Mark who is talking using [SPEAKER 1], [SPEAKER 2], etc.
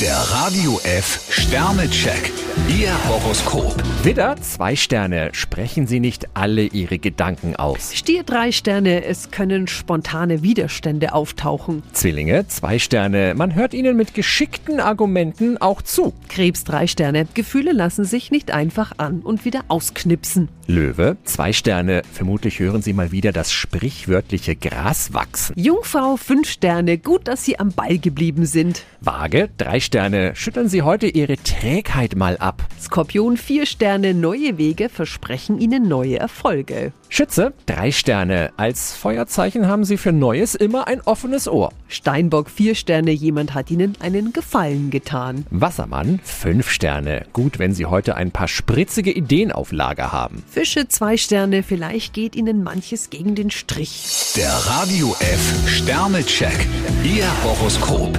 [SPEAKER 1] Der Radio F Sternecheck. Ihr Horoskop.
[SPEAKER 2] Widder, zwei Sterne. Sprechen Sie nicht alle Ihre Gedanken aus.
[SPEAKER 3] Stier drei Sterne, es können spontane Widerstände auftauchen.
[SPEAKER 2] Zwillinge, zwei Sterne. Man hört Ihnen mit geschickten Argumenten auch zu.
[SPEAKER 3] Krebs drei Sterne, Gefühle lassen sich nicht einfach an und wieder ausknipsen.
[SPEAKER 2] Löwe, zwei Sterne. Vermutlich hören Sie mal wieder das sprichwörtliche Gras wachsen.
[SPEAKER 3] Jungfrau fünf Sterne, gut, dass Sie am Ball geblieben sind.
[SPEAKER 2] Waage, drei Sterne. Schütteln Sie heute Ihre Trägheit mal ab.
[SPEAKER 3] Skorpion vier Sterne, neue Wege versprechen Ihnen neue Erfolge.
[SPEAKER 2] Schütze, drei Sterne. Als Feuerzeichen haben Sie für Neues immer ein offenes Ohr.
[SPEAKER 3] Steinbock vier Sterne, jemand hat Ihnen einen Gefallen getan.
[SPEAKER 2] Wassermann, fünf Sterne. Gut, wenn Sie heute ein paar spritzige Ideen auf Lager haben.
[SPEAKER 3] Fische zwei Sterne, vielleicht geht Ihnen manches gegen den Strich.
[SPEAKER 1] Der Radio F Sternecheck. Ihr Horoskop.